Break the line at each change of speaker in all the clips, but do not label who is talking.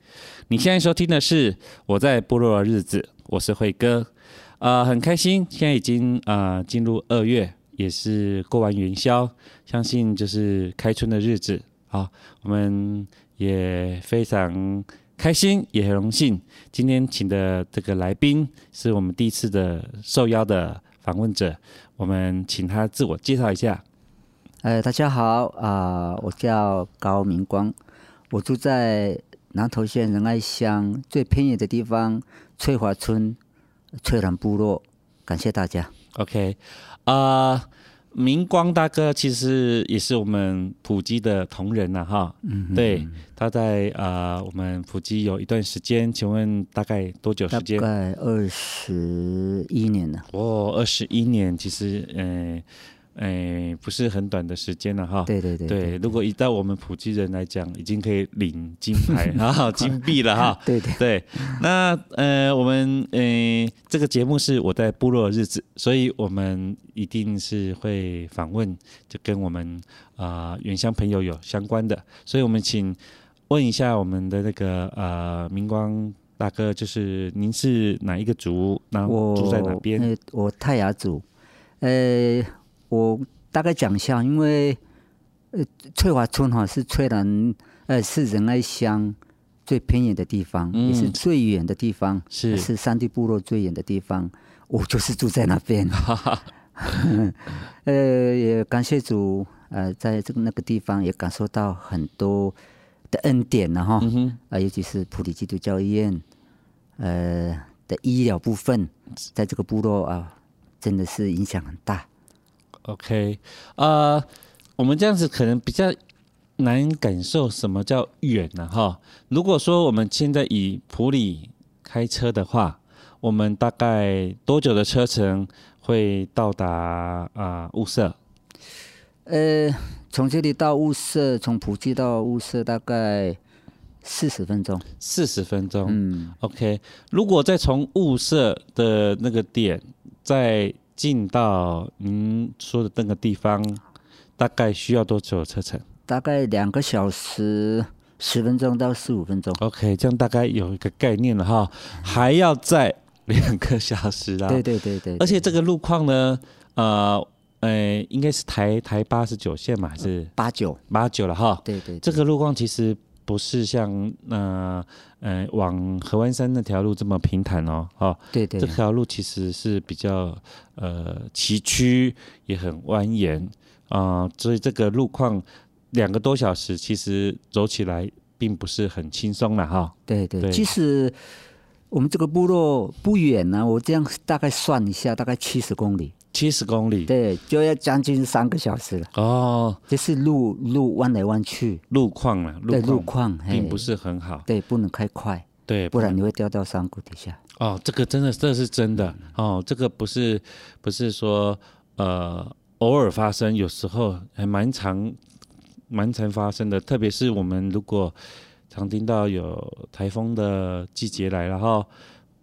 你现在收听的是《我在部落的日子》，我是慧哥，呃，很开心，现在已经呃进入二月，也是过完元宵，相信就是开春的日子啊，我们也非常开心，也很荣幸，今天请的这个来宾是我们第一次的受邀的访问者，我们请他自我介绍一下。
呃，大家好啊、我叫高明光，我住在南投县仁爱乡最偏远的地方翠华村翠兰部落，感谢大家。
OK，呃，明光大哥其实也是我们普基的同仁呐、啊哈，
嗯
对，他在呃我们普基有一段时间，请问大概多久
大
时间？
概二十一年了，
哦，二十一年，其实，嗯、呃，呃，不是很短的时间了哈。
对对对
对，如果以到我们普基人来讲，已经可以领金 牌啊，金币了哈。
对对
对，那呃，我们呃，这个节目是我在部落的日子，所以我们一定是会访问，就跟我们啊、呃原乡朋友有相关的，所以我们请问一下我们的那个呃明光大哥，就是您是哪一个族？那
我
住在哪边？
呃我泰雅族，呃，我大概讲一下，因为呃，翠华村哈是翠兰，呃，是仁爱乡最偏远的地方，也是
嗯
最远的地方，
是
是山地部落最远的地方，我就是住在那边。 呃，也感谢主，呃，在这个那个地方也感受到很多的恩典了
嗯
哈，啊、尤其是普里基督教医院，呃的医疗部分，在这个部落啊、真的是影响很大。
OK，呃，我们这样子可能比较难感受什么叫远呢、哈。如果说我们现在以普里开车的话，我们大概多久的车程会到达啊雾社？
呃，从这里到雾社，从普吉到雾社大概四十分钟。
四十分钟。
嗯，
OK，如果再从雾社的那个点再进到您说的那个地方，大概需要多久的车程？
大概两个小时十分钟到十五分钟。
OK，这样大概有一个概念了哈，还要再两个小时啦。
对对对对，
而且这个路况呢，呃，呃，应该是台台八十九线嘛，还是
八九，
八九了哈？
嗯对对，
这个路况其实不是像呃呃往合湾山那条路这么平坦哦，哦，
对对
这条路其实是比较呃崎岖，也很蜿蜒啊、所以这个路况两个多小时，其实走起来并不是很轻松了哈。
对对，
对
其实我们这个部落不远呢、我这样大概算一下，大概七十公里，
七十公里
对，就要将近三个小时了。
哦，
就是路路弯来弯去，
路况啊，
对路
路况
况嘿
并不是很好，
对，不能开快，
对，
不然你会掉到山谷底下。
哦，这个真的这是真的
嗯
哦，这个不是不是说呃偶尔发生，有时候还蛮常蛮常发生的，特别是我们如果常听到有台风的季节来，然后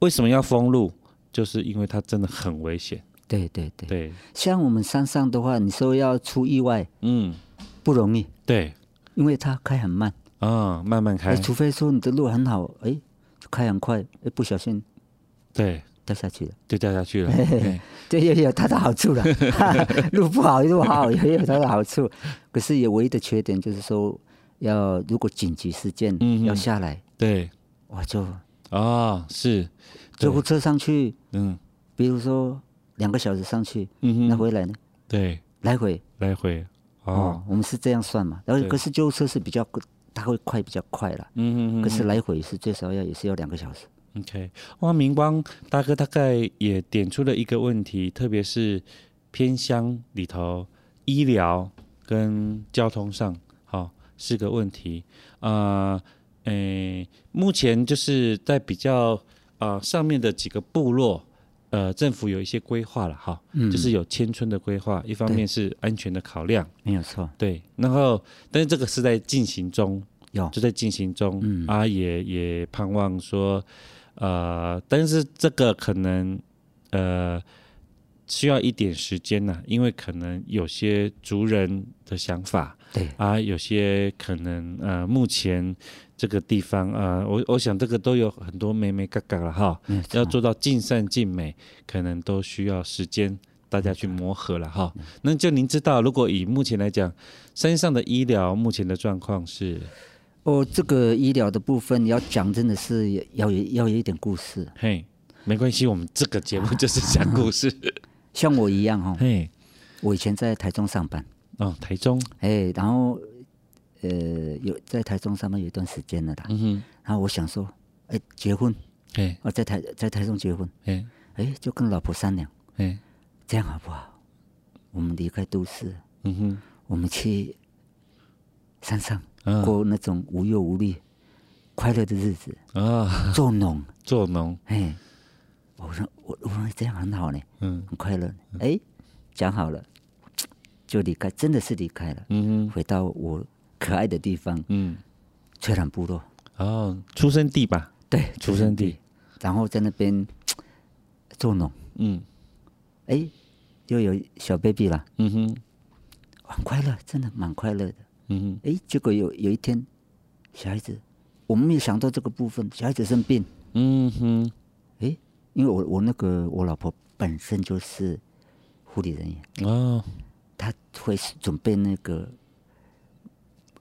为什么要封路？就是因为它真的很危险，
对对对，
对，
像我们山上的话，你说要出意外
嗯，
不容易，
对，
因为它开很慢，
啊、慢慢开
哎，，除非说你的路很好，哎，就开很快，哎，不小心
对，
掉下去了。
就掉 下去了，对
这也有它的好处 了，路不好路好也有它的好处，可是也唯一的缺点就是说，要如果紧急事件
嗯哼
要下来，
对，
我就
啊、是，
坐火车上去，
嗯
比如说两个小时上去，
嗯哼
那回来呢？
对，
来回
来回哦，
哦，我们是这样算嘛。然后
对
可是救护车是比较，它会快比较快啦。
嗯嗯嗯
可是来回是最少要也是要两个小时。
OK，哇，明光大哥大概也点出了一个问题，特别是偏乡里头医疗跟交通上，好、是个问题。呃，诶，目前就是在比较呃上面的几个部落，呃，政府有一些规划了哈，就是有迁村的规划，一方面是安全的考量，
没有错，
对，然后但是这个是在进行中，
有
就在进行中，啊，也也盼望说，呃，但是这个可能呃需要一点时间呐、因为可能有些族人的想法，
对
啊，有些可能呃目前这个地方呃，我我想这个都有很多美美嘎嘎了哈，
没有
要
错，
做到尽善尽美，可能都需要时间，大家去磨合了哈。那就您知道，如果以目前来讲，山上的医疗目前的状况是，
哦，这个医疗的部分要讲，真的是要要有要有一点故事。
嘿，没关系，我们这个节目就是讲故事，
像我一样哦，
嘿，
我以前在台中上班，
哦，台中，
哎，然后呃有在台中上班有一段时间了的，
嗯哼，
然后我想说，哎，结婚，
嘿，
哦，在台在台中结婚，
嘿，
哎，就跟老婆商量，
嘿，
这样好不好？我们离开都市，
嗯哼，
我们去山上
嗯
过那种无忧无虑、快乐的日子，
啊，
做农。
做农，
哎，我说我我说这样很好呢，
嗯
很快乐。哎，讲好了，就离开，真的是离开了，
嗯哼，
回到我可爱的地方
嗯，
翠兰部落，
哦，出生地吧，
对，
嗯出生地，
然后在那边做农，
嗯
哎，又有小 baby 了，
嗯哼，
很快乐，真的蛮快乐的。
嗯哼，
哎，结果有有一天，小孩子，我们没有想到这个部分，小孩子生病，
嗯哼，
哎，因为我我那个我老婆本身就是护理人员。
哦，
他会准备那个，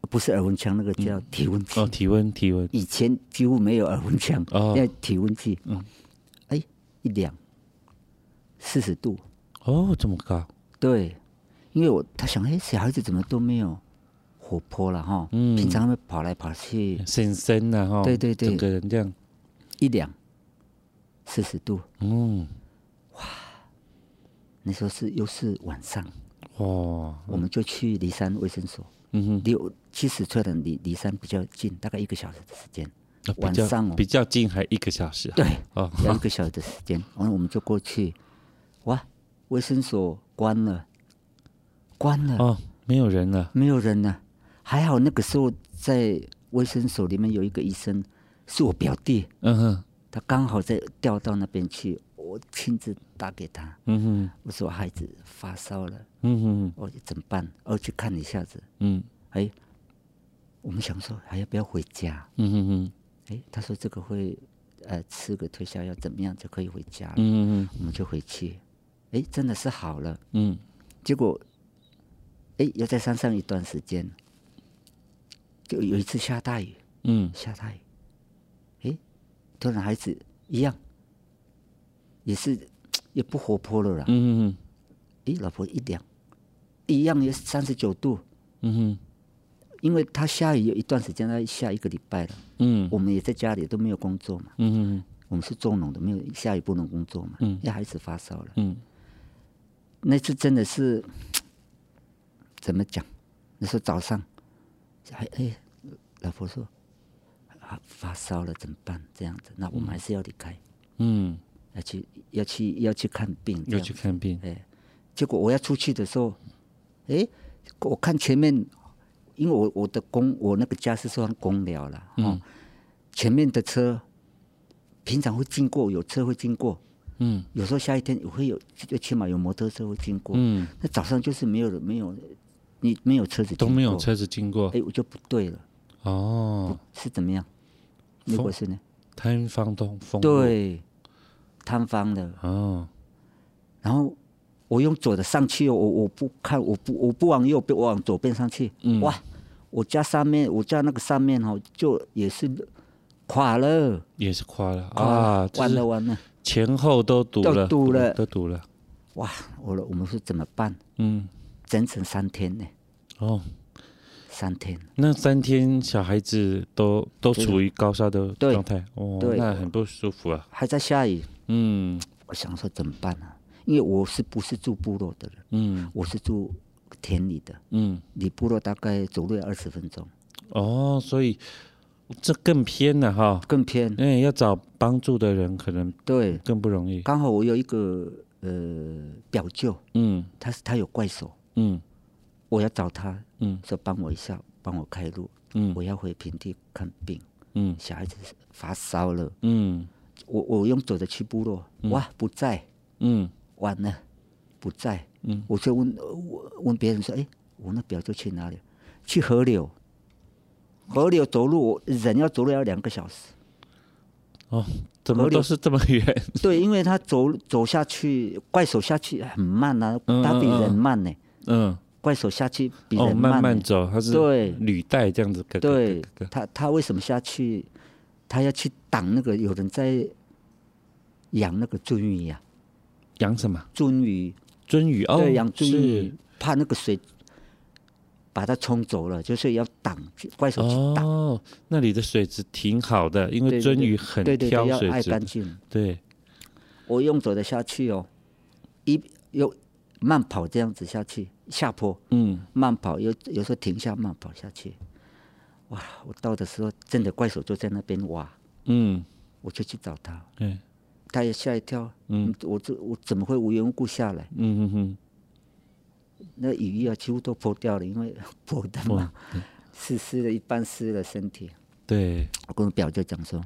不是耳温枪，那个叫体温计。
哦，体温，体温，
以前几乎没有耳温枪，
哦
现在体温计。嗯，哎，一量四十度，
哦，这么高，
对，因为我他想，哎，小孩子怎么都没有活泼了哈？
嗯
平常他们跑来跑去，
深深呐哈，
对对对
整个人这样，
一量四十度，
嗯，
那时候是又是晚上，
哇，
我们就去离山卫生所。
嗯哼，
离我其实虽然离离山比较近，大概一个小时的时间。
那比
晚
较
上哦
比较近，还一个小时、啊，
对，
哦，
要一个小时的时间，然后我们就过去，哇，卫生所关了，关了，
哦，没有人了，
没有人了。还好那个时候在卫生所里面有一个医生，是我表弟，
嗯哼，
他刚好在调到那边去，我亲自打给他，
嗯哼，
我说孩子发烧了，
嗯哼，
我说怎么办？我去看一下子，
嗯
哎，我们想说还哎要不要回家？
嗯哼哼，
哎，他说这个会，呃，吃个退烧药怎么样就可以回家了。
嗯哼
我们就回去，哎，真的是好了。
嗯
结果，哎，又在山上一段时间，就有一次下大雨，
嗯
下大雨，哎，突然孩子一样，也是也不活泼了啦。
嗯
哎，老婆一量，一样也三十九度，
嗯哼，
因为他下雨有一段时间，他下一个礼拜了，
嗯
我们也在家里都没有工作嘛。
嗯哼，
我们是做农的，没有下雨不能工作嘛，
嗯
因为孩子发烧了。
嗯
那次真的是怎么讲？那时候早上，还哎，老婆说啊发烧了怎么办？这样子，那我们还是要离开，
嗯，
要去要去要去看病。这
要
样
去看病，
哎，结果我要出去的时候，哎，我看前面，因为我我的公我那个家是算公寮了，
嗯
哦、前面的车平常会经过，有车会经过，
嗯
有时候下雨天也会有，最起码有摩托车会经过。
嗯，
那早上就是没有人，没有你没有车子
都
经
没有
过，
车子经过，
哎，我就不对了，
哦，
是怎么样？如果是呢？
摊方东风，，
对，摊方的，
哦，
然后我用左的上去哦，我我不看，我不我不往右边，我往
嗯
左边上去，哇，我家上面我家那个上面哦，就也是垮了，
也是夸了
垮了
啊，这
完
是
了完了，
前后都读
都
了，
读了
都读了，
哇！我我们是怎么办？
嗯，
整整三天呢，
哦，
三天。
那三天小孩子都都处于高烧的
对
状态，哦，
对
那很不舒服啊，
还在下雨，
嗯
我想说怎么办啊？因为我是不是住部落的人？
嗯
我是住田里的，
嗯，
离部落大概走路二十分钟，
哦，所以这更偏了哈，
更偏。
因为要找帮助的人可能
对，
更不容易，
刚好我有一个呃表舅，
嗯
他是他有怪手，
嗯
我要找他，
嗯
说帮我一下，帮我开路，
嗯
我要回平地看病，
嗯
小孩子发烧了，
嗯
我我用走的去部落，哇，不在，
嗯
完了，不在，
嗯
我就问呃我问别人说，哎，我那表舅去哪里？去河流，河流走路，我人要走路要两个小 时。
哦，怎么
合理
都是这么远？
对，因为他走走下去，怪手下去很慢啊，
嗯
他比
嗯嗯
人慢呢、
嗯，
怪手下去比
哦，
人慢、欸
慢慢。走，它是
对
履带这样子，咯咯
对
咯咯咯
他，他为什么下去？他要去挡那个有人在养那个鳟鱼呀、
养什么？
鳟鱼，
鳟鱼哦，
对，养鳟鱼
是，
怕那个水把它冲走了，就是要挡怪手去挡，
哦，那里的水质挺好的，因为
对
鳟
对对
鱼很
对对
挑
对，要
水
爱
质
干
的，
净。
对，
我用走的下去哦，一又慢跑这样子下去，下坡，
嗯
慢跑，有有时候停下慢跑下去。哇！我到的时候，真的怪手就在那边挖，
嗯，
我就去找他，
对，
他也吓一跳。
嗯，
我这我怎么会无缘无故下来？
嗯嗯嗯，
那雨衣啊，几乎都破掉了，因为破的嘛，湿湿的，一半湿了身体。
对，
我跟我表舅讲说，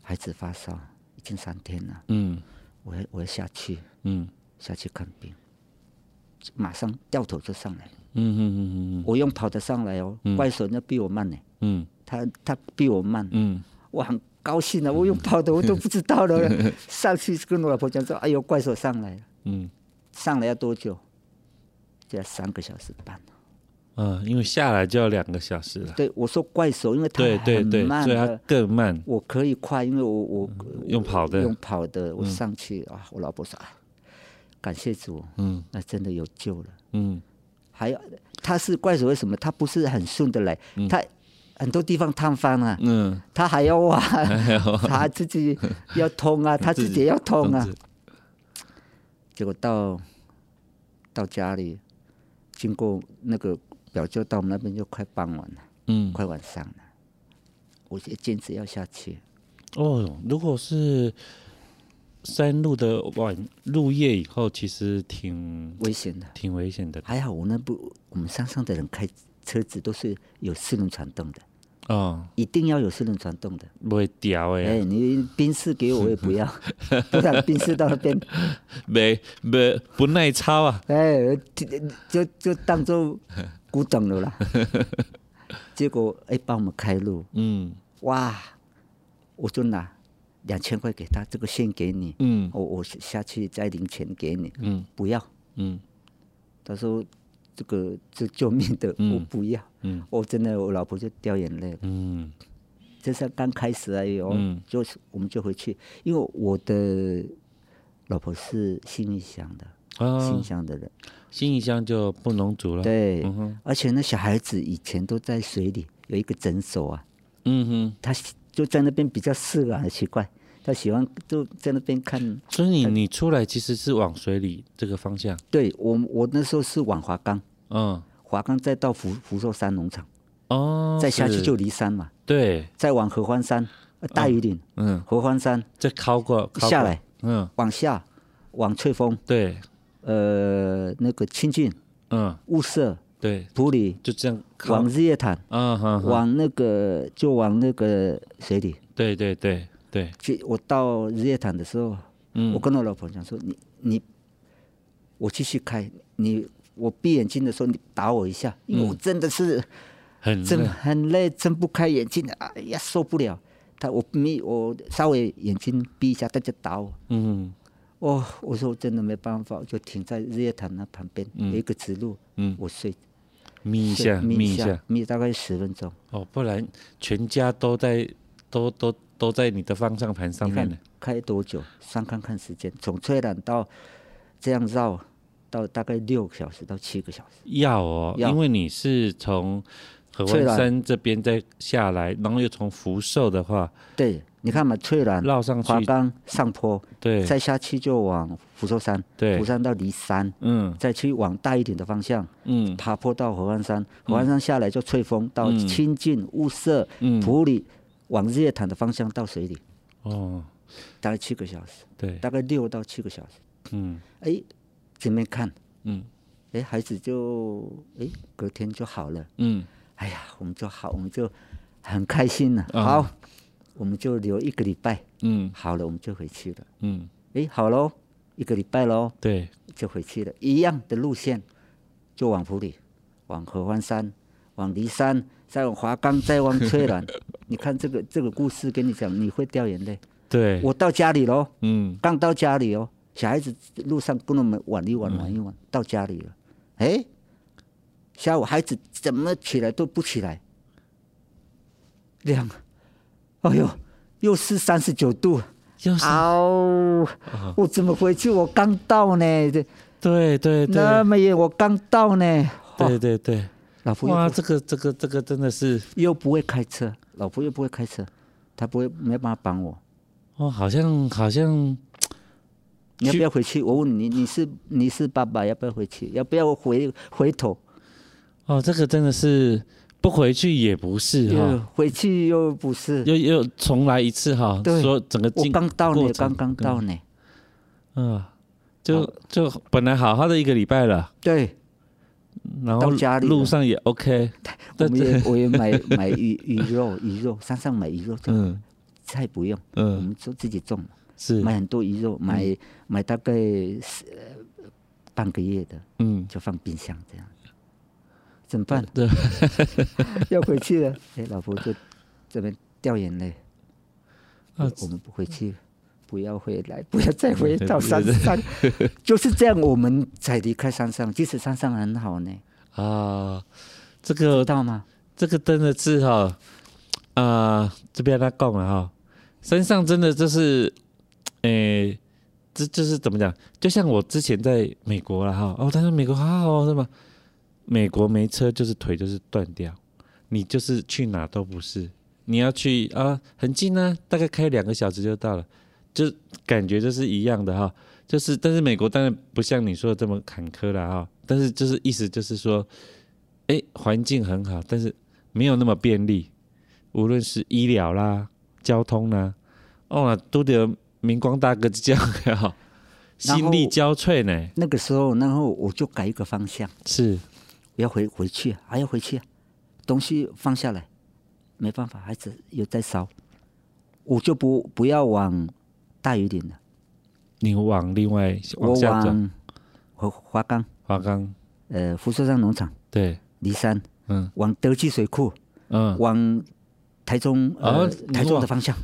孩子发烧已经三天了，
嗯
我要我要下去
嗯
下去看病，马上掉头就上来。
嗯嗯嗯嗯
我用跑的上来哦，怪手那比我慢呢，
嗯
他他比我慢。
嗯
我很高兴啊，我用跑的我都不知道 了。上去跟我老婆讲说：“哎呦，怪兽上来了，
嗯
上来要多久？”就要三个小时半。
嗯，啊，因为下来就要两个小时了，
对，我说怪兽，因为它
对对
很
对，
慢啊
所以它
的，
更慢，
我可以快，因为我我
嗯用跑的嗯
用跑的，我上去啊，我老婆说：“啊，感谢主，
嗯
那真的有救了。
嗯”
还有，它是怪兽，为什么它不是很顺的来？它很多地方探方啊，
嗯，
它还要 挖，它自己要通啊，它自己也要通啊
这样。子
结果到到家里，经过那个表舅到我们那边就快傍晚了，
嗯，
快晚上了，我就坚持要下去。
哦，如果是山路的晚入夜以后，其实挺
危险的。
挺危险的
还好我那部我们山上的人开车子都是有四轮传动的，
哦，
一定要有四轮传动的。
不会掉
哎、
哎，
你冰室给我我也不 要，不然冰室到那边，
没没不耐操啊，
哎，就就当做古董 了啦。结果哎，帮我们开路，
嗯
哇，我就拿两千块给他，这个先给你，
嗯
我我下去再零钱给你，
嗯
不要。
嗯
他说这个这救命的，
嗯
我不要。
嗯
我真的我老婆就掉眼泪了，
嗯
这是刚开始而已哦，
嗯
就是我们就回去，因为我的老婆是新义乡的，新
啊
义，乡的人，
新一乡就不农族了，，
对，
嗯哼
而且那小孩子以前都在水里有一个诊所啊，
嗯哼，
他喜就在那边比较适合，很奇怪，他喜欢就在那边看。
所以你你出来其实是往水里这个方向，
对我，我那时候是往华冈，
嗯
华冈再到福福寿山农场，
哦，
再下去
是
就离山嘛，
对，
再往合欢山、呃大庾岭、
嗯，
合欢山
再靠过靠过
下来，
嗯
往下，往翠峰，
对，
呃，那个清境、
嗯
雾社、
对，
普里，
就这样靠
往，日月潭，
啊哈哈，
往那个就往那个水里。
对对对对，
去我到日月潭的时候，
嗯
我跟我老婆讲说，你你，我继续开，你我闭眼睛的时候你打我一下，因为
嗯
我真的是。
很
睁
累
很累，睁不开眼睛，哎呀受不了。他我眯我稍微眼睛闭一下，他就打我。
嗯
哦，我说我真的没办法，我就停在日月潭那旁边、有一个直路，
嗯
我睡
眯一
睡
下
眯
眯一
下
下，
眯大概十分钟。
哦，不然全家都在都都都在你的方向盘上
你
面
看
了。
开多久？上看看时间，从吹染到这样绕，到大概六个小时到七个小时。
要哦，
要
因为你是从合
翠
欢
兰
山这边再下来，然后又从福寿的话
对，你看嘛，翠兰、
绕上去
华，冈上坡，
对
再下去就往福寿山，
对
福山到骊山，
嗯
再去往大一点的方向，
嗯
爬坡到合欢山，合欢山下来就翠峰，到
嗯
清境、雾社、
嗯
普里，往日月潭的方向到水里，
哦，
大概七个小时，
对，
大概六到七个小时。
嗯
哎，这边看，
嗯
哎，孩子就哎隔天就好了。
嗯，
哎呀，我们就好，我们就很开心了。
嗯
好，我们就留一个礼拜，
嗯
好了，我们就回去了。
嗯，
哎，好喽，一个礼拜喽，
对，
就回去了，一样的路线，就往普里，往合欢山，往骊山，再往华冈，再往翠峦。你看这个这个故事跟你讲，你会掉眼泪。
对，
我到家里喽，
嗯
刚到家里哦，小孩子路上跟我们玩一玩，玩一
嗯
玩，到家里了，哎，下午孩子怎么起来都不起来，亮，哎呦，又是三十九度，
就是
哦，我怎么回去？我刚到呢，这
对对
那
对
么远，我刚到呢，哦
对对对，
老婆又
哇，
不
这个这个这个真的是
又不会开车，老婆又不会开车，她不会没办法帮我。
哦，好像好像
你要
去
不要回去？我问你，你是你是爸爸，要不要回去？要不要回回头？
哦，这个真的是不回去也不是哈、
又回去又不是，
又又重来一次哈，
对
说整个
我
经
刚到呢
过，程
刚刚到呢。
嗯，就就本来好好的一个礼拜了，
对，
然后
到家里了
路上也 OK，
我
对
们也
对，
我也买 买鱼鱼肉，鱼肉山上买鱼肉，就
嗯
菜不用，我
嗯
们就自己种，
是，嗯
买很多鱼肉，买买大概是呃半个月的，
嗯
就放冰箱这样。怎么办？
对，
要回去了。哎，老婆就这边掉眼泪。
啊
我们不回去，不要回来，不要再回到
对
山
对
上，就是这样，我们才离开山上。即使山上很好呢，
啊，这
知
个
道吗？
这个真的是哈，啊这边他讲了哈，身上真的就是，诶。这就是怎么讲？就像我之前在美国了哈，哦，但是美国好好哦是吗？美国没车就是腿就是断掉，你就是去哪都不是。你要去啊，很近啊，大概开两个小时就到了，就感觉就是一样的哈。就是，但是美国当然不像你说的这么坎坷了哈。但是就是意思就是说，哎，环境很好，但是没有那么便利，无论是医疗啦、交通啦，哦，都得明光大哥这样哈，
然后
心力交瘁呢。
那个时候，然后我就改一个方向，
是，
我要回回去，啊还要回去，东西放下来，没办法，孩子有在烧，我就不不要往大雨林了，
你往另外往
我
下走，
往华华冈，
华冈，
呃，福寿山农场、
对，
骊山，
嗯
往德基水库，
嗯，
往台中呃、
哦嗯
台中的方向，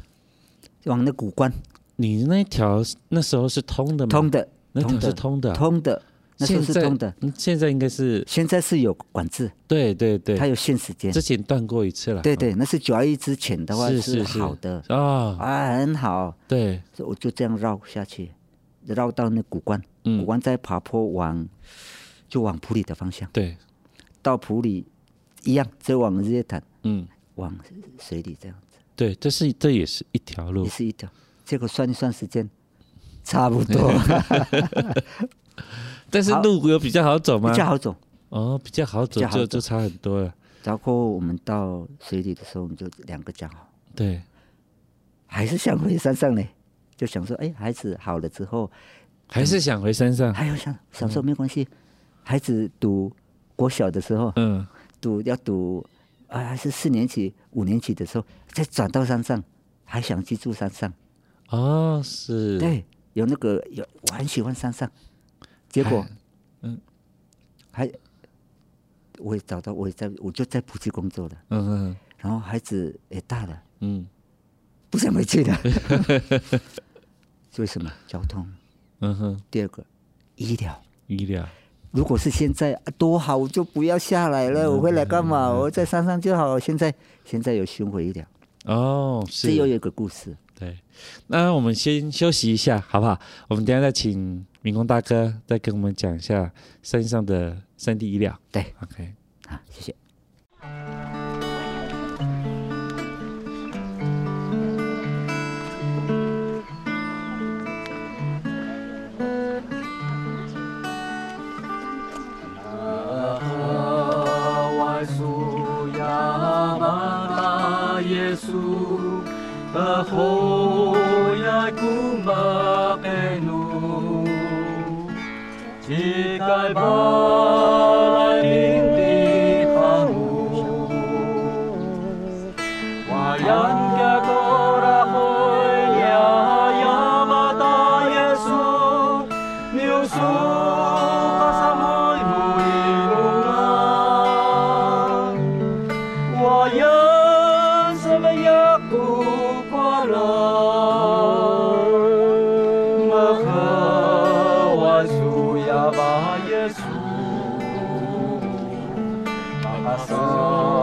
往那古关
你那条那时候是通的吗？
通，的，
那条
通
是
的，
通的啊，
通的，那时候
现
是
在
通的，
嗯现在应该是
现在是有管制，
对对对，
它有限时间
之。前断过一次了，
对对，那是九二一之前的话
是是是
好的
啊，
啊，很好。
对，
所以我就这样绕下去，绕到那古关，
嗯
古关再爬坡往就往普里的方向，
对，
到普里一样，再往日月潭，
嗯，
往水里这样子，
对，这是这也是一条路
也，是一条。这个算一算时间，差不多
但是路有比较好走 吗？
比较好走。
哦，比较好走
比较好
就
走
就差很多了，
然后我们到水里的时候，我们就两个讲好，
对，
还是想回山上呢，就想说，哎，孩子好了之后，
还是想回山上，
还有想想说没关系，孩子读国小的时候，
嗯，
读要读啊，还是四年级、五年级的时候，再转到山上，还想去住山上，
哦，是，
对，有那个有我很喜欢山上，结果，
嗯，
还我也找到，我也在，我就在普及工作了，
嗯嗯
然后孩子也大了。
嗯
不想回去的。 为什么？交通。
嗯哼，
第二个，医疗。
医疗，
如果是现在啊多好，
嗯
我就不要下来了，我回来干嘛？我在山上就好。现在现在有巡回医疗，
哦，
这
是
又有一个故事。
对，那我们先休息一下，好不好？我们等一下再请民工大哥再跟我们讲一下山上的山地医疗。
对
，OK，
好，谢谢。
哎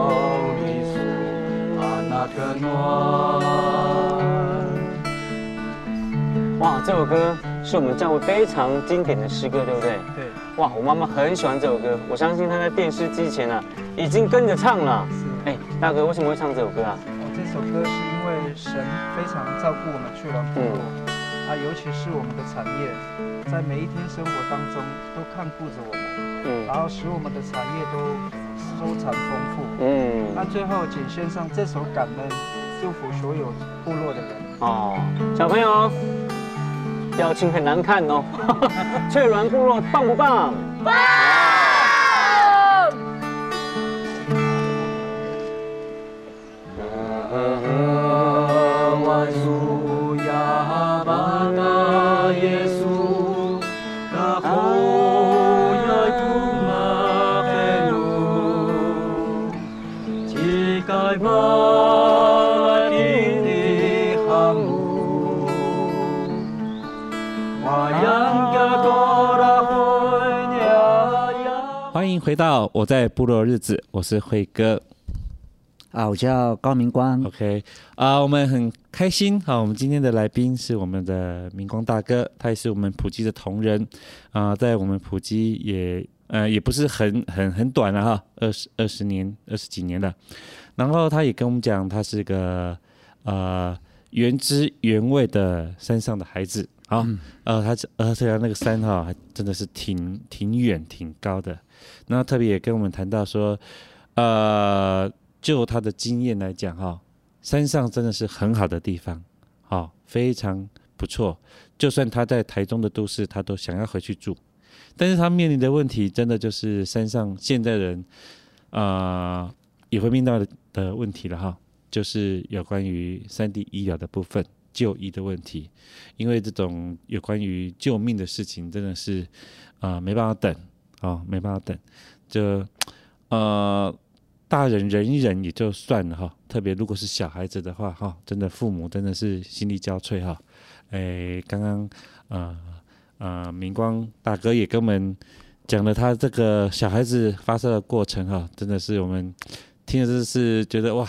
哇，这首歌是我们教会非常经典的诗歌，对不对？对。哇，我妈妈很喜欢这首歌，我相信她在电视机前啊，已经跟着唱了。哎，大哥为什么会唱这首歌啊？
哦这首歌是因为神非常照顾我们去了部落，啊，尤其是我们的产业，在每一天生活当中都看顾着我们，
嗯
然后使我们的产业都收产丰富。那
嗯，
最后，请献上这首感恩，祝福所有部落的人。
哦，小朋友，表情很难看哦。 翠鸾部落棒不棒？
欢迎回到我在部落日子，我是辉哥。
啊，我叫高明光，
OK，啊、我们很开心。好，我们今天的来宾是我们的明光大哥，他也是我们普吉的同仁啊、在我们普吉也呃也不是很很很短了哈，二十二十年二十几年了。然后他也跟我们讲，他是个呃原汁原味的山上的孩子啊、呃，他是而且他那个山哈、还真的是挺挺远挺高的。那特别也跟我们谈到说，呃，就他的经验来讲哈、山上真的是很好的地方，好、非常不错。就算他在台中的都市，他都想要回去住，但是他面临的问题真的就是山上现在人，啊也会面到的的问题了哈，就是有关于山地医疗的部分。就医的问题，因为这种有关于救命的事情，真的是啊、没办法等啊、没办法等。这呃，大人忍一忍也就算了哈，特别如果是小孩子的话哈，真的父母真的是心力交瘁哈。诶，刚刚呃呃，明光大哥也跟我们讲了他这个小孩子发射的过程哈，真的是我们听了真的是觉得哇，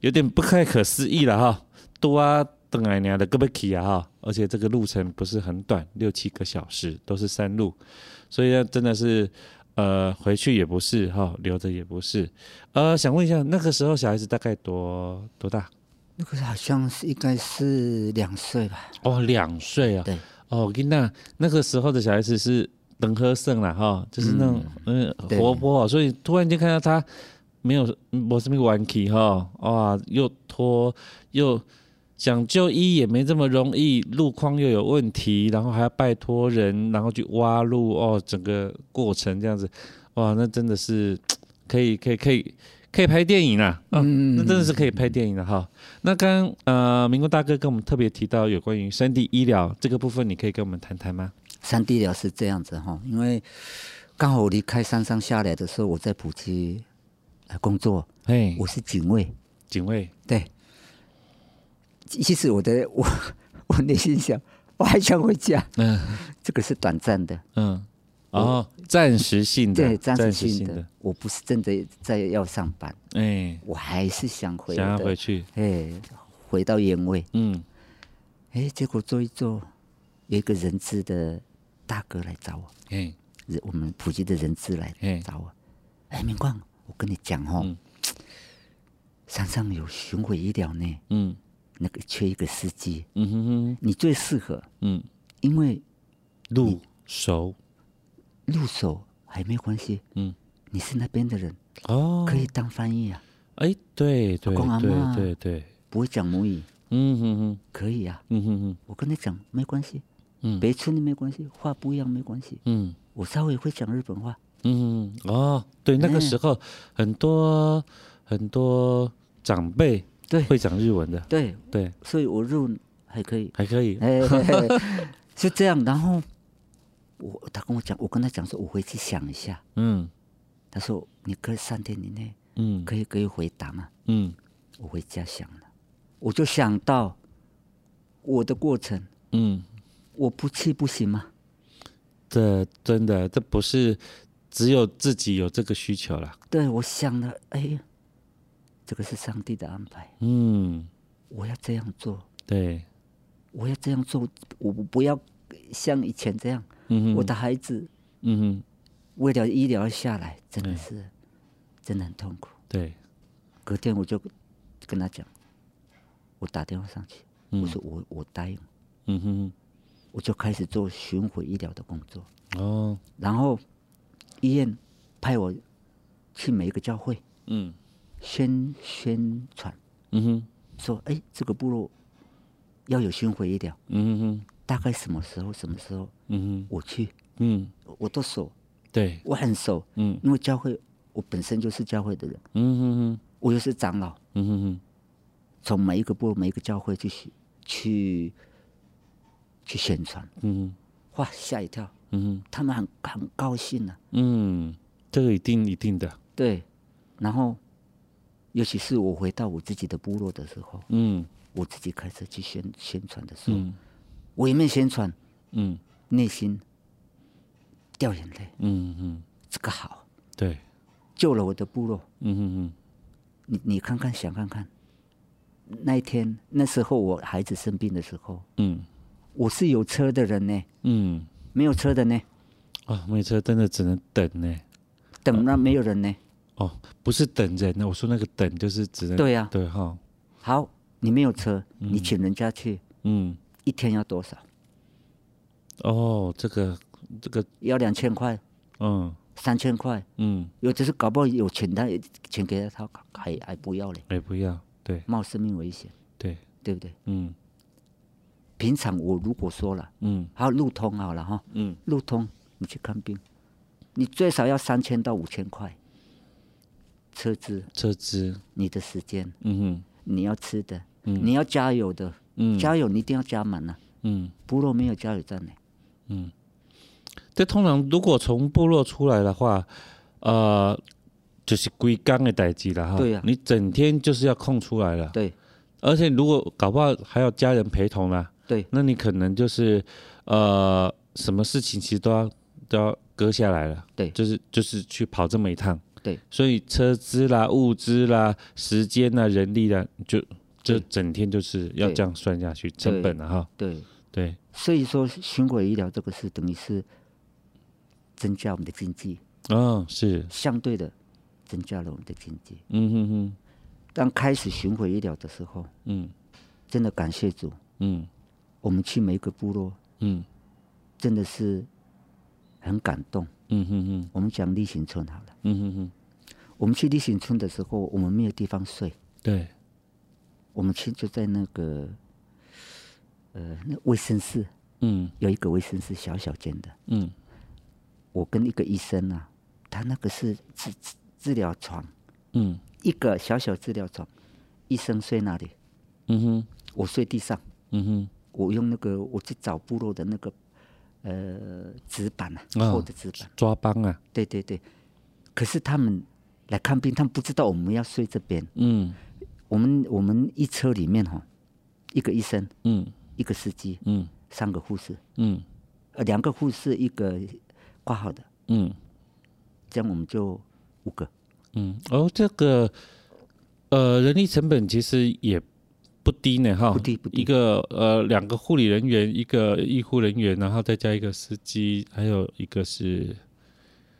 有点不太可思议了哈，多啊。邓来娘的戈贝奇啊哈，而且这个路程不是很短，六七个小时都是山路，所以呢，真的是呃回去也不是哈、留着也不是。呃，想问一下，那个时候小孩子大概多多大？
那个好像是应该是两岁吧？
哦，两岁啊。
对。
哦，跟那那个时候的小孩子是能喝剩了哈，就是那种嗯
对
活泼、所以突然间看到他没有我是没顽皮哈，哇，又拖又想就医也没这么容易，路况又有问题，然后还要拜托人，然后去挖路哦，整个过程这样子，哇，那真的是可以可以可以可以拍电影啊，啊那真的是可以拍电影的啊哈。那刚刚呃，民国大哥跟我们特别提到有关于山地医疗这个部分，你可以跟我们谈谈吗？
山地疗是这样子哈，因为刚好我离开山上下来的时候，我在普吉呃工作，
嘿，
我是警卫。
警卫，
对，其其实我的 我我内心想，我还想回家，
嗯
这个是短暂的，
嗯，哦，暂时性的，
对，暂时性
性
的，，我不是真的在要上班，
哎，
我还是想回
想要
的
回去，
哎，回到原位，
嗯，
哎，结果做一做，有一个人资的大哥来找我，
哎，
人我们普及的人资来
嘿
找我，哎，明光，我跟你讲哦，
嗯
山上有巡回医疗呢，
嗯，
那个缺一个司机，
嗯哼哼，
你最适合，
嗯，
因为
入手，
入手还没关系，
嗯，
你是那边的人，
哦，
可以，当翻译啊，
哎，对对
阿公阿
对
嬷
对对，
不会讲母语
嗯哼哼，
可以啊，
嗯哼哼，
我跟你讲没关系，
嗯
别村的没关系，话不一样没关系，
嗯。
我稍微会讲日本话，
嗯，哦，对，
哎
那个时候很多、很多长辈
对
会讲日文的，
对，
对，
所以我入还可以，
还可以，
哎， 就这样，然后我他跟我讲，我跟他讲说，我回去想一下，
嗯
他说你可以三天以内
嗯
可以可以回答吗？
嗯
我回家想了，我就想到我的过程，
嗯，
我不去不行吗？
这真的这不是只有自己有这个需求啦，
对，我想了，哎，这个是上帝的安排，
嗯，
我要这样做，
对，
我要这样做，我我不要像以前这样，
嗯哼，
我的孩子
嗯哼，
为了医疗下来，真的是、真的很痛苦。
对，
隔天我就跟他讲，我打电话上去，
嗯
我说我我答应，
嗯哼
我就开始做巡回医疗的工作，
哼，哦，
然后医院派我去每一个教会
嗯
宣宣传，
嗯哼，
说哎这个部落要有巡回医疗，
嗯哼
大概什么时候什么时候
嗯哼，
我去，
嗯，
我都熟，
对，
我很熟，
嗯
因为教会我本身就是教会的人，
嗯哼哼，
我又是长老，
嗯哼哼，
从每一个部落每一个教会去宣去去宣传。
嗯哼，
哇，吓一跳，
嗯哼，
他们很很高兴呢、
嗯，这个一定一定的，
对，然后，尤其是我回到我自己的部落的时候，
嗯
我自己开始去宣宣传的时候，
嗯
我也没有宣传，
嗯
内心掉眼泪，
嗯嗯，
这个好，
对。
救了我的部落。
嗯
你你看看，想看看，那一天那时候我孩子生病的时候，
嗯嗯
我是有车的人呢，
嗯
没有车的呢，
啊，没车真的只能等呢。
等那没有人呢。
哦，不是等人呢，我说那个等就是只能
对啊呀
对哈，
好，你没有车，你请人家去，
嗯，
一天要多少？
哦，这个这个，
要两千块，
嗯
三千块，
嗯，
有的是搞不好有钱他也钱给他，他还还不要嘞，
哎，不要，对
冒生命危险，
对，
对不对？
嗯
平常我如果说了，
嗯
好路通好了哈，
嗯，
路通你去看病，你最少要三千到五千块，车资、
车资，
你的时间、
嗯
你要吃的、
嗯
你要加油的，
嗯
加油你一定要加满了、啊，
嗯，
部落没有加油站呢，
这通常如果从部落出来的话，呃，就是归刚的代际了哈。
对呀
你整天就是要空出来了，
对
而且如果搞不好还有家人陪同啦、
对
那你可能就是呃，什么事情其实都要都要割下来了，
对
就是就是去跑这么一趟，
对，
所以车资啦、物资啦、时间啦、人力啦，就就
对
整天就是要
对
这样算下去成本了哈，
对，
对，
所以说巡回医疗这个事等于是增加我们的经济，
嗯，是，
相对的增加了我们的经济。
嗯哼哼，
当开始巡回医疗的时候，
嗯
真的感谢主，
嗯
我们去每一个部落，
嗯
真的是很感动。
嗯哼哼，
我们讲立行村好了，
嗯哼哼，
我们去立行村的时候，我们没有地方睡，
对，
我们去就在那个呃那卫生室，
嗯
有一个卫生室小小间的，
嗯
我跟一个医生啊，他那个是治治治疗床，
嗯
一个小小治疗床，医生睡那里，
嗯哼
我睡地上。
嗯哼，
我用那个我去找部落的那个呃纸板啊，
啊
厚的纸板，
抓帮啊，
对对对。可是他们来看病，他们不知道我们要睡这边。
嗯
我们我们一车里面哈，一个医生，
嗯
一个司机，
嗯
三个护士，
嗯
呃，两个护士，一个挂号的，
嗯
这样我们就五个。
嗯，哦，这个呃，人力成本其实也不低呢，哈，
不低不低
一个呃，两个护理人员，一个医护人员，然后再加一个司机，还有一个是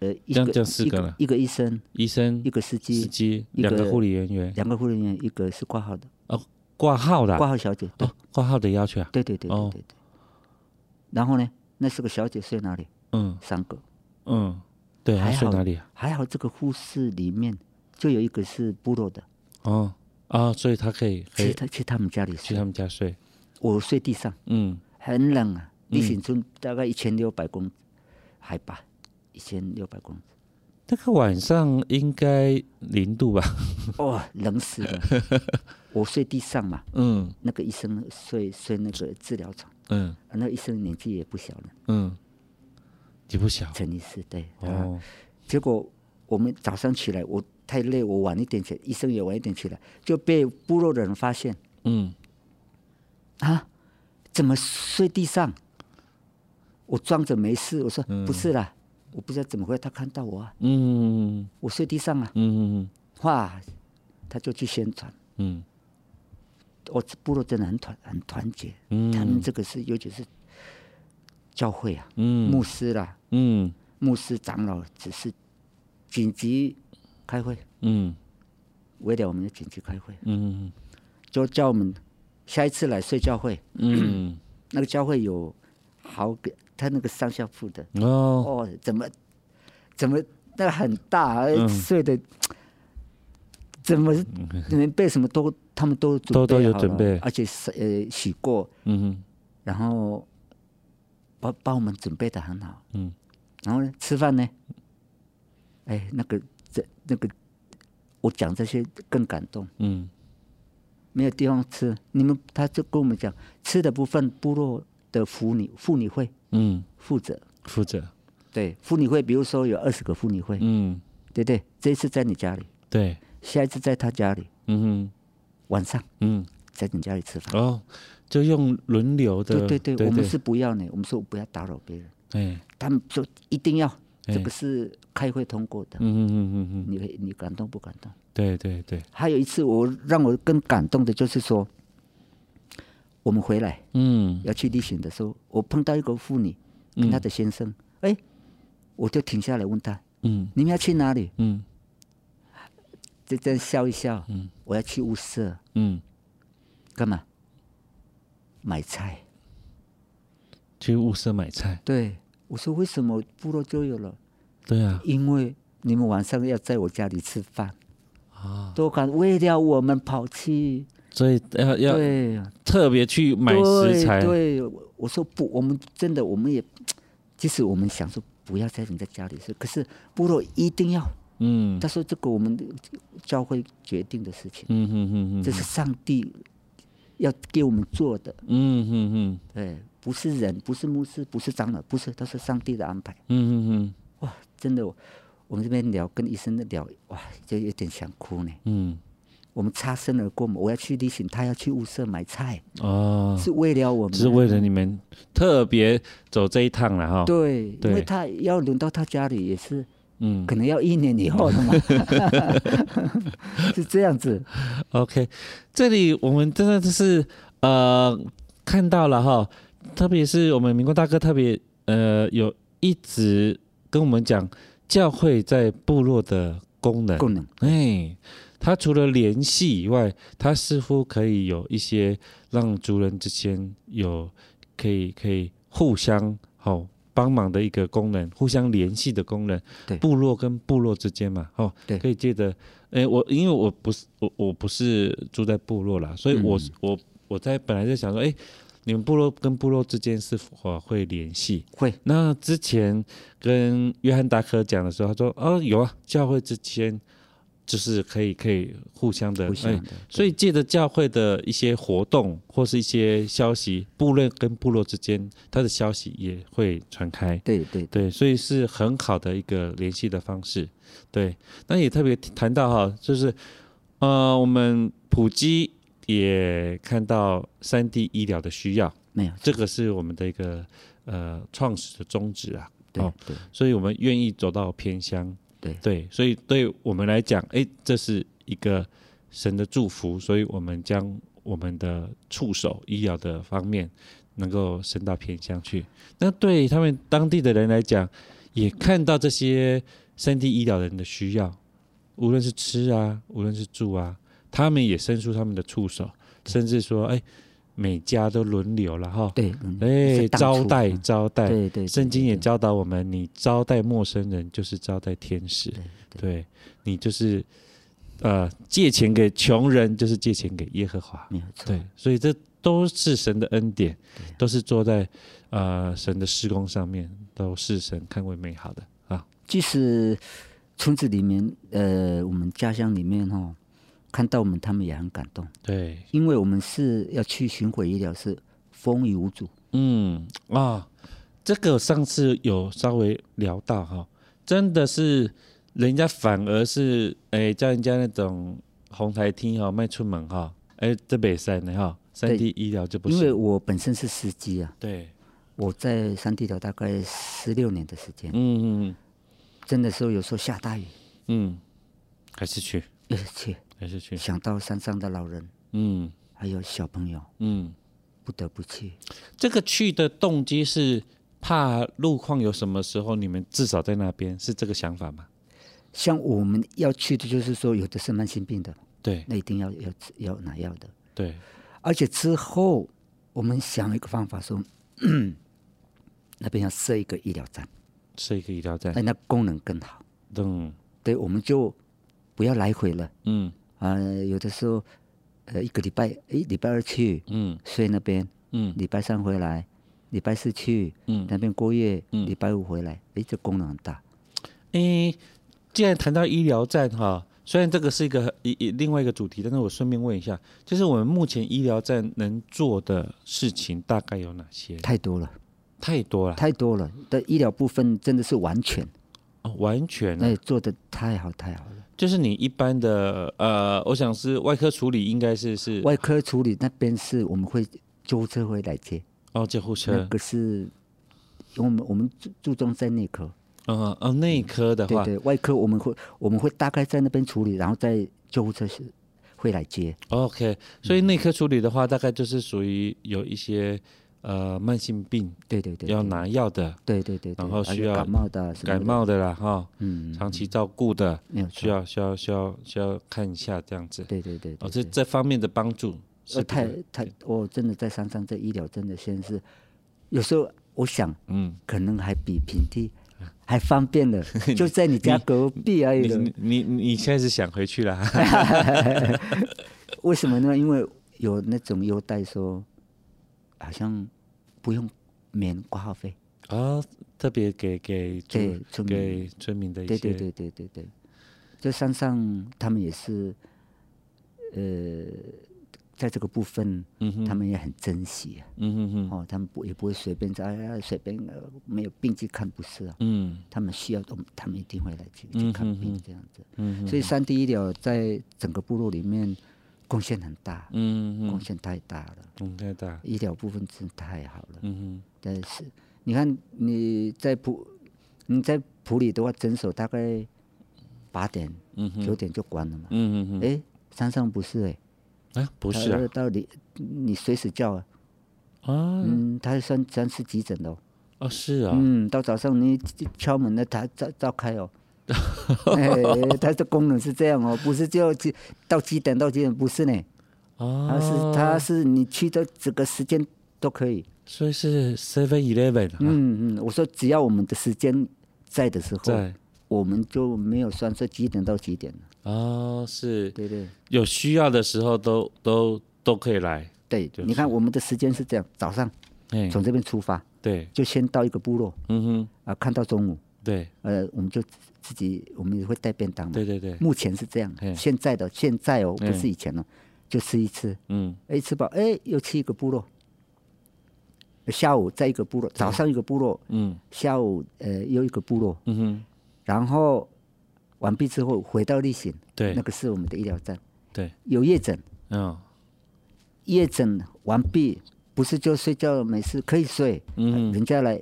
呃，一
这样
个
这样四
一
个
个
了
一个医生，
医生
一、个司
司
机，
机，
一
两个
个
护理人员，
两个护理人员，一个是挂号的，
挂号的啊，
挂号小姐。对
哦，挂号的要求啊，
对对对
哦
对对对。然后呢，那四个小姐睡哪里？
嗯
三个。
嗯，对，
还
还睡
好
哪里啊？
还好这个护士里面就有一个是部落的，
哦啊，所以他可以可
去
以
他去他们家里
去
睡，
他们家睡，
我睡地上，
嗯
很冷啊。立新村大概一千六百公海拔，一千六百公 尺，
那个晚上应该零度吧？
哦，冷死 了。我睡地上嘛，
嗯
那个医生睡睡那个治疗床，
嗯
啊那个医生年纪也不小了，
嗯，也不小
陈医师对。啊
哦，
结果我们早上起来，我太累，我晚一点起来，医生也晚一点起来，就被部落的人发现
嗯
啊，怎么睡地上？我装着没事，我说、不是啦，我不知道怎么会他看到我、啊，
嗯
我睡地上啊，
嗯
哇，他就去宣传。
嗯
我这部落真的很团很团结，
嗯
他们这个是尤其是教会啊，
嗯
牧师啦，
嗯
牧师长老只是紧急开会，
嗯
为了我们的紧急开会，
嗯
就叫我们下一次来睡教会。
嗯
那个教会有好个，他那个上下铺的，
哦，
哦，怎么怎么那个很大，
嗯
睡的怎么你们备什么都他们都准备
都都有
好
准
了
备
而且是呃洗过，
嗯
然后把把我们准备的很好，
嗯，
然后呢吃饭呢，哎，那个这那个我讲这些更感动，
嗯
没有地方吃，你们他就跟我们讲吃的部分部落的妇女妇女会
嗯，
负责，
负责，
对妇女会，比如说有二十个妇女会，
嗯
对不对？这一次在你家里，
对，
下一次在他家里，
嗯
晚上
嗯
在你家里吃饭。
哦，就用轮流的，
对对对，我们是不要呢，我们说不要打扰别人，
哎，
他们说一定要，
哎
这个是开会通过的。
嗯嗯嗯嗯嗯，
你你感动不感动？
对对对，
还有一次我让我更感动的就是说，我们回来
嗯
要去旅行的时候，我碰到一个妇女跟她的先生，哎、我就停下来问她，
嗯
你们要去哪里？
嗯
就这样笑一笑，我要去物色，
嗯，
干嘛？买菜。
去物色买菜，
对，我说为什么部落就有了？
对啊，
因为你们晚上要在我家里吃饭啊，都敢为了我们跑去，
所以要要
对，
特别去买食材，
对，对我我说不，我们真的我们也，即使我们想说不要在人家家里吃，可是部落一定要。
嗯
他说这个我们教会决定的事情，
嗯嗯嗯嗯，
这是上帝要给我们做的，
嗯嗯嗯
对，不是人，不是牧师，不是长老，不是，他是上帝的安排。
嗯嗯
哇，真的，我我们这边聊跟医生聊，哇，就有点想哭呢。
嗯
我们擦身而过嘛，我要去旅行，他要去物色买菜，
嗯哦，
是为了我们，
只是为了你们特别走这一趟了哈。，
对，
对
因为他要轮到他家里也是，
嗯
可能要一年以后的 嘛， 是这样子。
，OK，这里我们真的是呃看到了哈，特别是我们民国大哥特别呃有一直跟我们讲教会在部落的功能，
功能
哎，它除了联系以外，它似乎可以有一些让族人之间有可以可以互相好、帮忙的一个功能，互相联系的功能。
对
部落跟部落之间嘛，哦，
对
可以借着，哎，我因为我不是我我不是住在部落啦，所以我、
嗯
我我在本来在想说，哎。你们部落跟部落之间是否会联系？
会
那之前跟约翰达科讲的时候，他说：“哦，有啊，教会之间就是可以可以互相的，
互相
哎
的
所以借着教会的一些活动或是一些消息，部落跟部落之间，他的消息也会传开。
对对
对，所以是很好的一个联系的方式。对，那也特别谈到哈，就是呃，我们普及也看到三 D 医疗的需要，
没有
这个是我们的一个呃创始的宗旨啊。
对
哦
对
所以我们愿意走到偏乡。
对
对，所以对我们来讲，哎，这是一个神的祝福，所以我们将我们的触手医疗的方面能够伸到偏乡去。那对他们当地的人来讲，也看到这些山地医疗人的需要，无论是吃啊，无论是住啊，他们也伸出他们的触手，甚至说，哎，每家都轮流了哈。
对，嗯
哎，
是当初
招待
嗯
招待，
对对，
圣经也
教
教导我们，你招待陌生人就是招待天使，对你就是呃借钱给穷人，就是借钱给耶和华，
没有错，
对，所以这都是神的恩典，都是坐在呃神的施工上面，都是神看为美好的啊，
就是村子里面，呃，我们家乡里面哈、哦，看到我们他们也很感动，
对，
因为我们是要去巡回医疗，是风雨无阻，
嗯啊，这个上次有稍微聊到哈、真的是人家反而是诶、叫人家那种红台梯哈、迈出门哈、诶、这北山的哈，三 D 医疗就不
因为
是
我本身是司机啊，
对，
我在山地疗大概十六年的时间，
嗯嗯
真的时候有时候下大雨，
嗯，还是去
而且
还是去，
想到山上的老人
嗯
还有小朋友，
嗯，
不得不去，
这个去的动机是怕路况有什么时候你们至少在那边是这个想法吗？
像我们要去的，就是说有的是慢性病的，
对
那一定要要吃要拿药的。
对，
而且之后我们想一个方法说， 那边要设一个医疗站，
是一个医疗站
哎，，那功能更好。
嗯
对，我们就不要来回了
嗯
啊、有的时候，呃，一个礼拜，哎，礼拜二去
嗯
睡那边，
嗯
礼拜三回来，礼拜四去
嗯，
那边过夜，
嗯
礼拜五回来，哎，这功能很大。
诶，既然谈到医疗站哈，虽然这个是一个一一另外一个主题，但是我顺便问一下，就是我们目前医疗站能做的事情大概有哪些？
太多了，
太多了，
太多了。的医疗部分真的是完全，
哦完全啊
那、做的太好太好了。
就是你一般的呃，我想是外科处理应该是是
外科处理那边是我们会救护车会来接，
哦救护
那
车，
个是，因为我们我们注注重在内科，
嗯嗯内科的
对
话，
对，外科我们会我们会大概在那边处理，然后在救护车是会来接，
OK，所以内科处理的话，大概就是属于有一些呃慢性病
对对对，
要
对，
拿药的，
对对对，对
然后
还有
需要
感冒的什么
感
的
冒，的啦哈，
嗯，
长期照顾的，
没有错
需，要需要需要需要看一下这样子。
嗯对对对，
哦，
对
这这方面的帮助是
呃
不是
太太，我真的在山上这医疗真的现在是，有时候我想
嗯，
可能还比平地还方便 了，就在你家隔壁而已了。
你你你现在是想回去了？
为什么呢？因为有那种优待说，好像不用免挂号费。
啊，特别给给
对
住
村民
给村民的一
对对
些
对对对对，就山上他们也是，呃，在这个部分，他们也很珍惜啊。
嗯哼哼
哦，他们不也不会随便说哎呀随便、呃、没有病去看不是啊，
嗯
他们需要他们他们一定会来去
嗯
去看
哼
病
哼
这样子。
嗯哼
所以山地医疗在整个部落里面贡献很大，
嗯
贡
嗯
献太大了。
嗯，太大
医疗部分真的太好了。
嗯
但是你看你在普你在普里的话，诊所大概八点
嗯哼
九点就关了嘛
哼。嗯哼
哎、山上不是哎、
哼啊，
不
不是啊
到你你随时叫啊，
啊
嗯，他算算是急诊的哦。
啊是啊，
嗯，到早上你敲门了，他照照开哦。 哎，它的功能是这样哦，不是就几到几点到几点，不是呢，它
啊
是它是你去的整个时间都可以。
所以是 Seven Eleven 啊，
嗯嗯，我说只要我们的时间在的时候，
在
我们就没有算说几点到几点了。
啊是
对对
有需要的时候都都都可以来，
对，
就是
你看我们的时间是这样，早上
哎
从这边出发，
对，
就先到一个部落
嗯哼
啊、看到中午，
对
呃，我们就自自己我们也会带便当嘛。
对对对，
目前是这样
嘿，
现在的现在哦，
嗯
不是以前了，就吃一吃，
嗯
哎，吃饱，哎，又去一个部落，下午在一个部落，早上一个部落，
嗯
下午呃又一个部落，
嗯哼。
然后完毕之后回到例行，
对
那个是我们的医疗站，
对，
有夜诊，
嗯
夜诊完毕，不是就睡觉没事可以睡，呃
嗯
人家来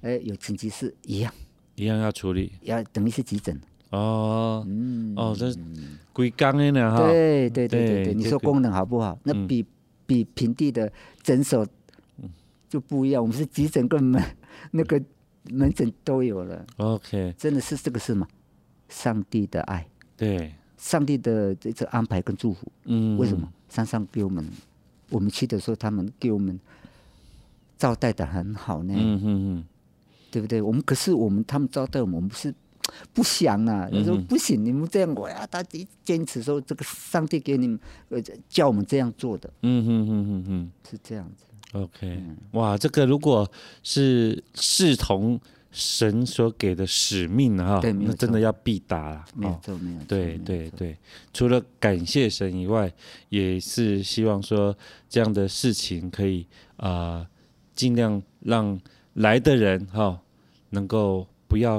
哎，有紧急事一样，
一样要处理
要等于是急诊。
哦。
嗯，
哦，这归刚的呢哈，
对对对对
啊嗯对
对，你
这
说
个
功能好不好？那
嗯
比比平地的诊所就不一样，我们是急诊跟门那个门诊都有了，
，OK，
真的是这个是嘛？上帝的爱，
对，
上帝的这这安排跟祝福，
嗯，
为什么？山上给我们，我们去的时候，他们给我们招待的很好呢，
嗯？嗯嗯
对不对？我们可是我们他们招待我们，我们是不想啊，他说
嗯哼
不行，你们这样，我要他坚持说这个上帝给你们呃叫我们这样做的，
嗯嗯嗯嗯
是这样子。
嗯，OK，哇，这个如果是视同神所给的使命啊，
对没有
那真的
错
要必达啦，
没有
哦
错，没有错。嗯没
对
有
对
错，
对，除了感谢神以外，也是希望说这样的事情可以啊、呃尽量让来的人哈、能够不要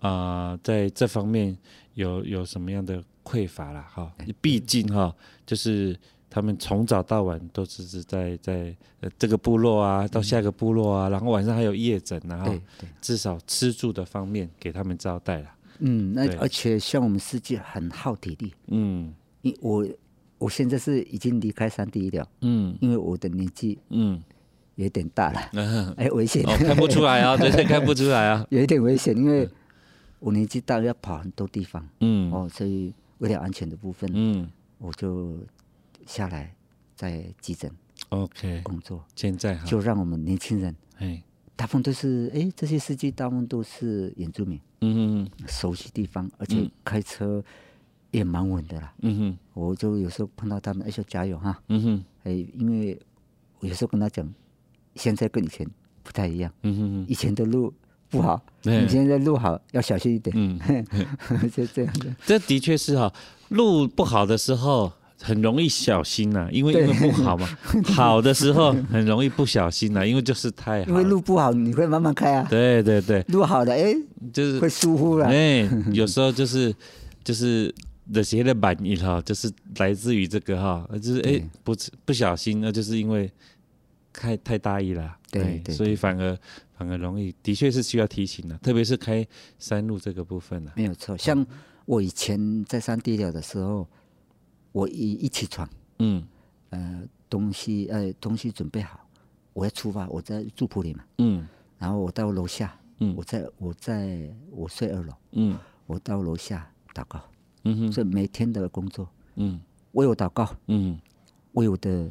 啊、呃在这方面有有什么样的匮乏啦哈、
哎
毕竟哈、就是他们从早到晚都只是在在、呃、这个部落啊，到下一个部落啊，然后晚上还有夜诊啊，哈
嗯对对，
至少吃住的方面给他们招待啦。
嗯，那
对
而且像我们世界很耗体力，
嗯
因我我现在是已经离开山地医疗，
嗯
因为我的年纪
嗯。
有点大了，
嗯
哎，危险，
哦，看不出来啊，真的看不出来啊。
有一点危险，因为我年纪大了要跑很多地方，
嗯，
哦，所以为了安全的部分，
嗯
我就下来在急诊
，OK，
工作，
现在哈，
就让我们年轻人，
哎，
大部分都是哎，这些司机大部分都是原住民，
嗯
熟悉地方，而且开车也蛮稳的啦。
嗯嗯
我就有时候碰到他们，哎，说加油哈，
嗯哼
哎，因为我有时候跟他讲，现在跟以前不太一样，
嗯哼
以前的路不好，
对
你现在路好，要小心一点，
嗯嗯，
就 这样的。
这的确是哈，路不好的时候。很容易小心呐、因为因
对
为不好嘛。好的 时候很容易不小心呐、啊因为就是太
因
好
为
了。
路不好，你会慢慢开啊，
对对对，
路好了，哎，
就是
会疏忽了。
哎、有时 候就是就是这些的反应哈，就是来自于这个哈，就是哎、
对
不不小心，那就是因为太太大意了，哎
对对
所以反而反而容易，的确是需要提醒的，特别是开山路这个部分啊呢。
没有错，
嗯
像我以前在上地疗的时候，我一一起床，
嗯
呃，东西呃东西准备好，我要出发，我在住铺里嘛，
嗯
然后我到楼下，
嗯
我在我在我睡二楼，
嗯
我到楼下祷告，
嗯哼
这每天的工作，
嗯
为我祷告，
嗯
为我的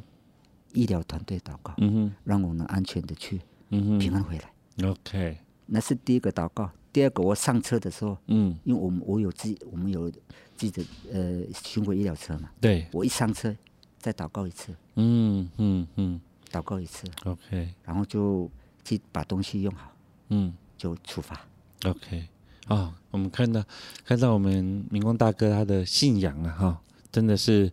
医疗团队祷告，
嗯哼
让我能安全的去
嗯
平
哼
安回来，
，OK，
那是第一个祷告。第二个，我上车的时候，
嗯
因为我们我有自己我们有自己的呃巡回医疗车嘛，
对，
我一上车，再祷告一次，
嗯嗯嗯
祷告一次，
，OK，
然后就去把东西用好，
嗯。
就出发。
OK，哦，我们看到看到我们明光大哥他的信仰啊，哈、真的是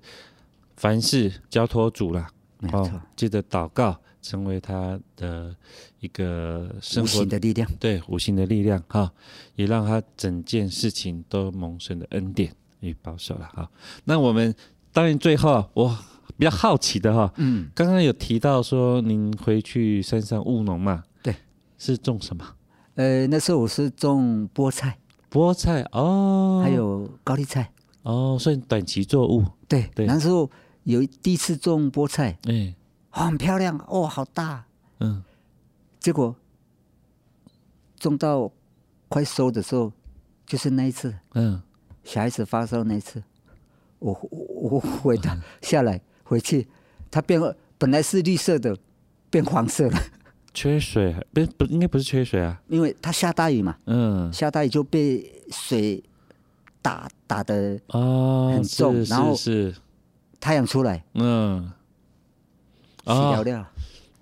凡事交托主啦，
没有
哦
错，，
记得祷告成为他的一个生
无
活
形的力量。
对无形的力量哈、也让他整件事情都蒙神的恩典与保守了哈、那我们当然最后啊我比较好奇的哈、
嗯，
刚刚有提到说您回去山上务农嘛，
对，
是种什么？
呃，那时候我是种菠菜，
菠菜哦，
还有高丽菜。
哦，算短期作物，
对，
对
那时候有第一次种菠菜，
哎、
哦很漂亮哦，好大。
嗯，
结果种到快收的时候，就是那一次
嗯
小孩子发烧那一次，我我我回 到下来回去，它变本来是绿色的，变黄色了，
缺水，不是不应该不是缺水啊，
因为它下大雨嘛，
嗯，
下大雨就被水打打的
哦，
很重
是
然后
是是，
太阳出来，
嗯，
洗掉
哦，
掉。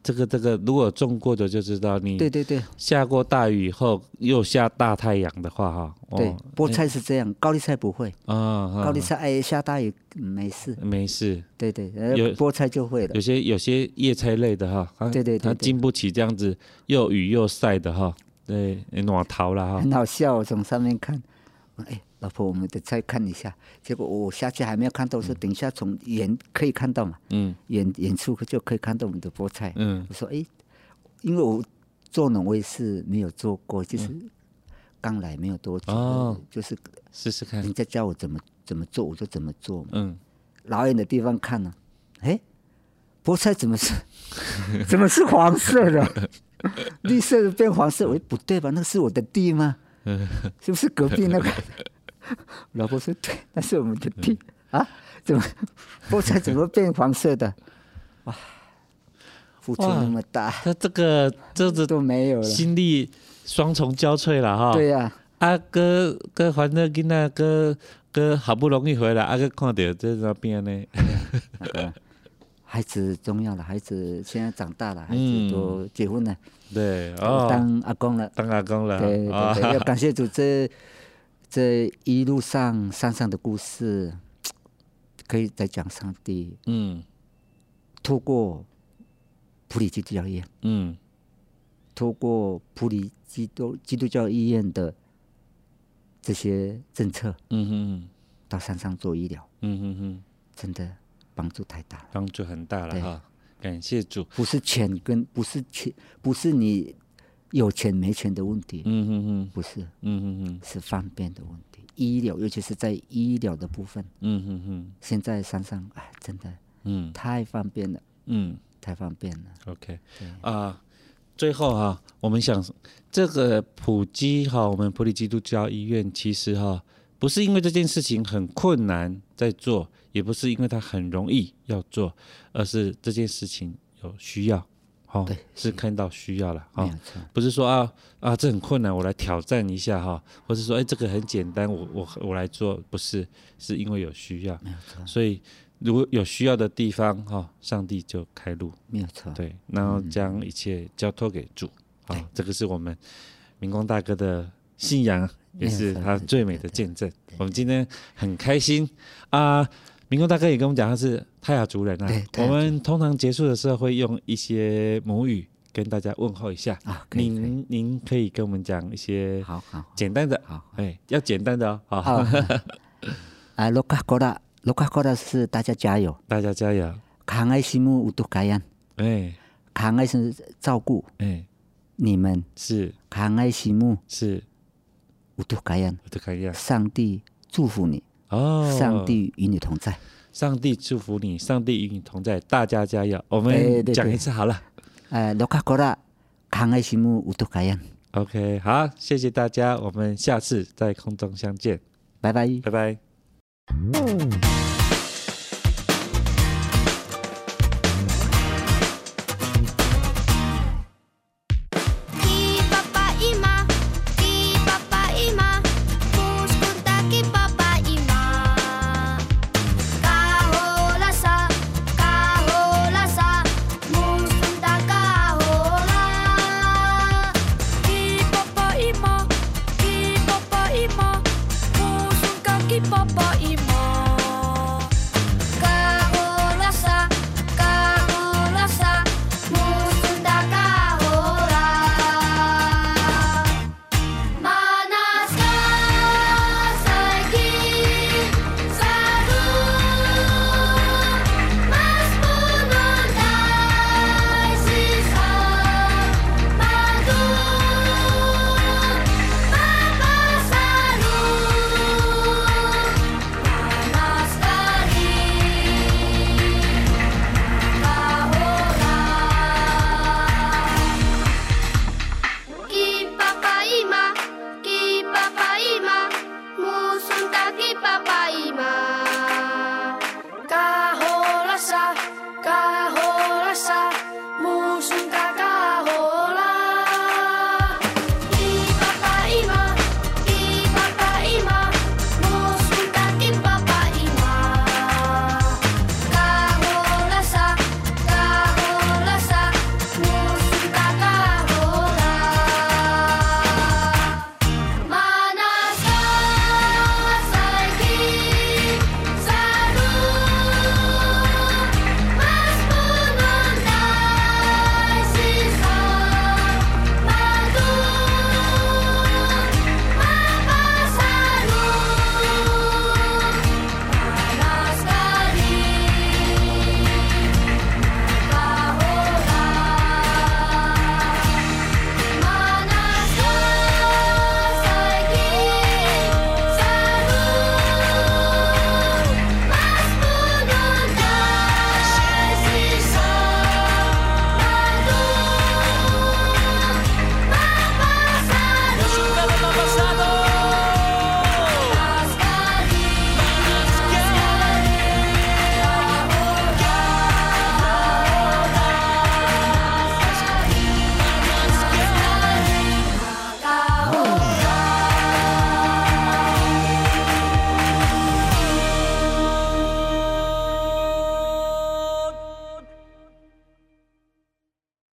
这个这个，如果种过的就知道，你
对对对
下过大雨以后又下大太阳的话，哈，哦嗯
对，菠菜是这样，高丽菜不会，
啊，啊
高丽菜哎下大雨没事，
没事，
对对，呃
有
菠菜就会了
有。些有些叶菜类的哈，它
对对对
它
对
经不起这样子又雨又晒的哈，对，暖桃了哈，
很好笑，我从上面看，我说哎，老婆，我们的菜看一下。结果我下去还没有看到，我说等一下从远可以看到嘛，
嗯
远远处就可以看到我们的菠菜。
嗯
我说哎，因为我做农卫是没有做过，就是刚来没有多久，
嗯哦
就是
试试看
人。家叫我怎么怎么做，我就怎么做嘛。
嗯，
老远的地方看呢、哎，菠菜怎么是 怎么是黄色的？ 绿色的变黄
嗯
色，我说哎不对吧？那是我的地 吗？是不是隔壁那个？ 老婆说对，那是我们的地
嗯
啊？怎么菠菜怎么变黄色的？哇，付出
哇
那么大
那这个这这
都没有了，
心力双重交瘁了哈。
对呀、
啊，哥哥还那囡仔，哥哥好不容易回来，啊，哥看到这那边呢，
那个孩子重要了，孩子现在长大了，孩
嗯
子都结婚了，
对
都
哦，
当阿公了。
当阿公了，
对
啊
对对，要感谢主这这一路上山上的故事，可以再讲上帝
嗯
透过普里基督教医院，
嗯
透过普里基督基督教医院的这些政策，
嗯哼
到山上做医疗，
嗯哼哼，
真的帮助太大了。
帮助很大了
对
哈，感谢主，
不是钱跟不是钱，不是你有钱没钱的问题，
嗯哼哼，
不是，
嗯哼哼，
是方便的问题。医疗，尤其是在医疗的部分，
嗯哼哼，
现在山上哎，真的
嗯
太方便了，
嗯
太方便了。
，OK，啊。最后哈、我们想这个普基哈、我们普利基督教医院其实哈、不是因为这件事情很困难在做，也不是因为它很容易要做，而是这件事情有需要，哦，
对
是看到需要了，
没
哦
有，错，
不是说啊啊这很困难，我来挑战一下哈、或是说哎这个很简单，我我我来做，不是，是因为有需要，
没有错，
所以如果有需要的地方哈、上帝就开路，
没有错。
对，然
嗯
后将一切交托给主，好、这个是我们明光大哥的信仰，
没
也
有
是
错
他
对
最美的见证。我们今天很开心啊、明光大哥也跟我们讲他是泰雅族人啊
对。泰
我
雅族
们通常结束的时候会用一些母语跟大家问候一下。
啊，可以可以，
您您可以跟我们讲一些
好好好
简单的，
好。
哎，要简单的哦，
好，
好，
啊，罗卡哥拉，罗卡哥拉是大家加油，
大家加油，
康爱心目无度感恩，
哎
康爱心照顾
哎，
你们，
是
康爱心目
是，
无度感恩，
我都可以啊，
上帝祝福你，
哦，
上帝与你同在。
上帝祝福你，上帝与你同在，大家加油！我
哎对
们
对
讲一次好了。
呃，罗卡哥拉，康爱心目无度感恩，
OK，好，谢谢大家，我们下次在空中相见，
拜拜。
拜拜。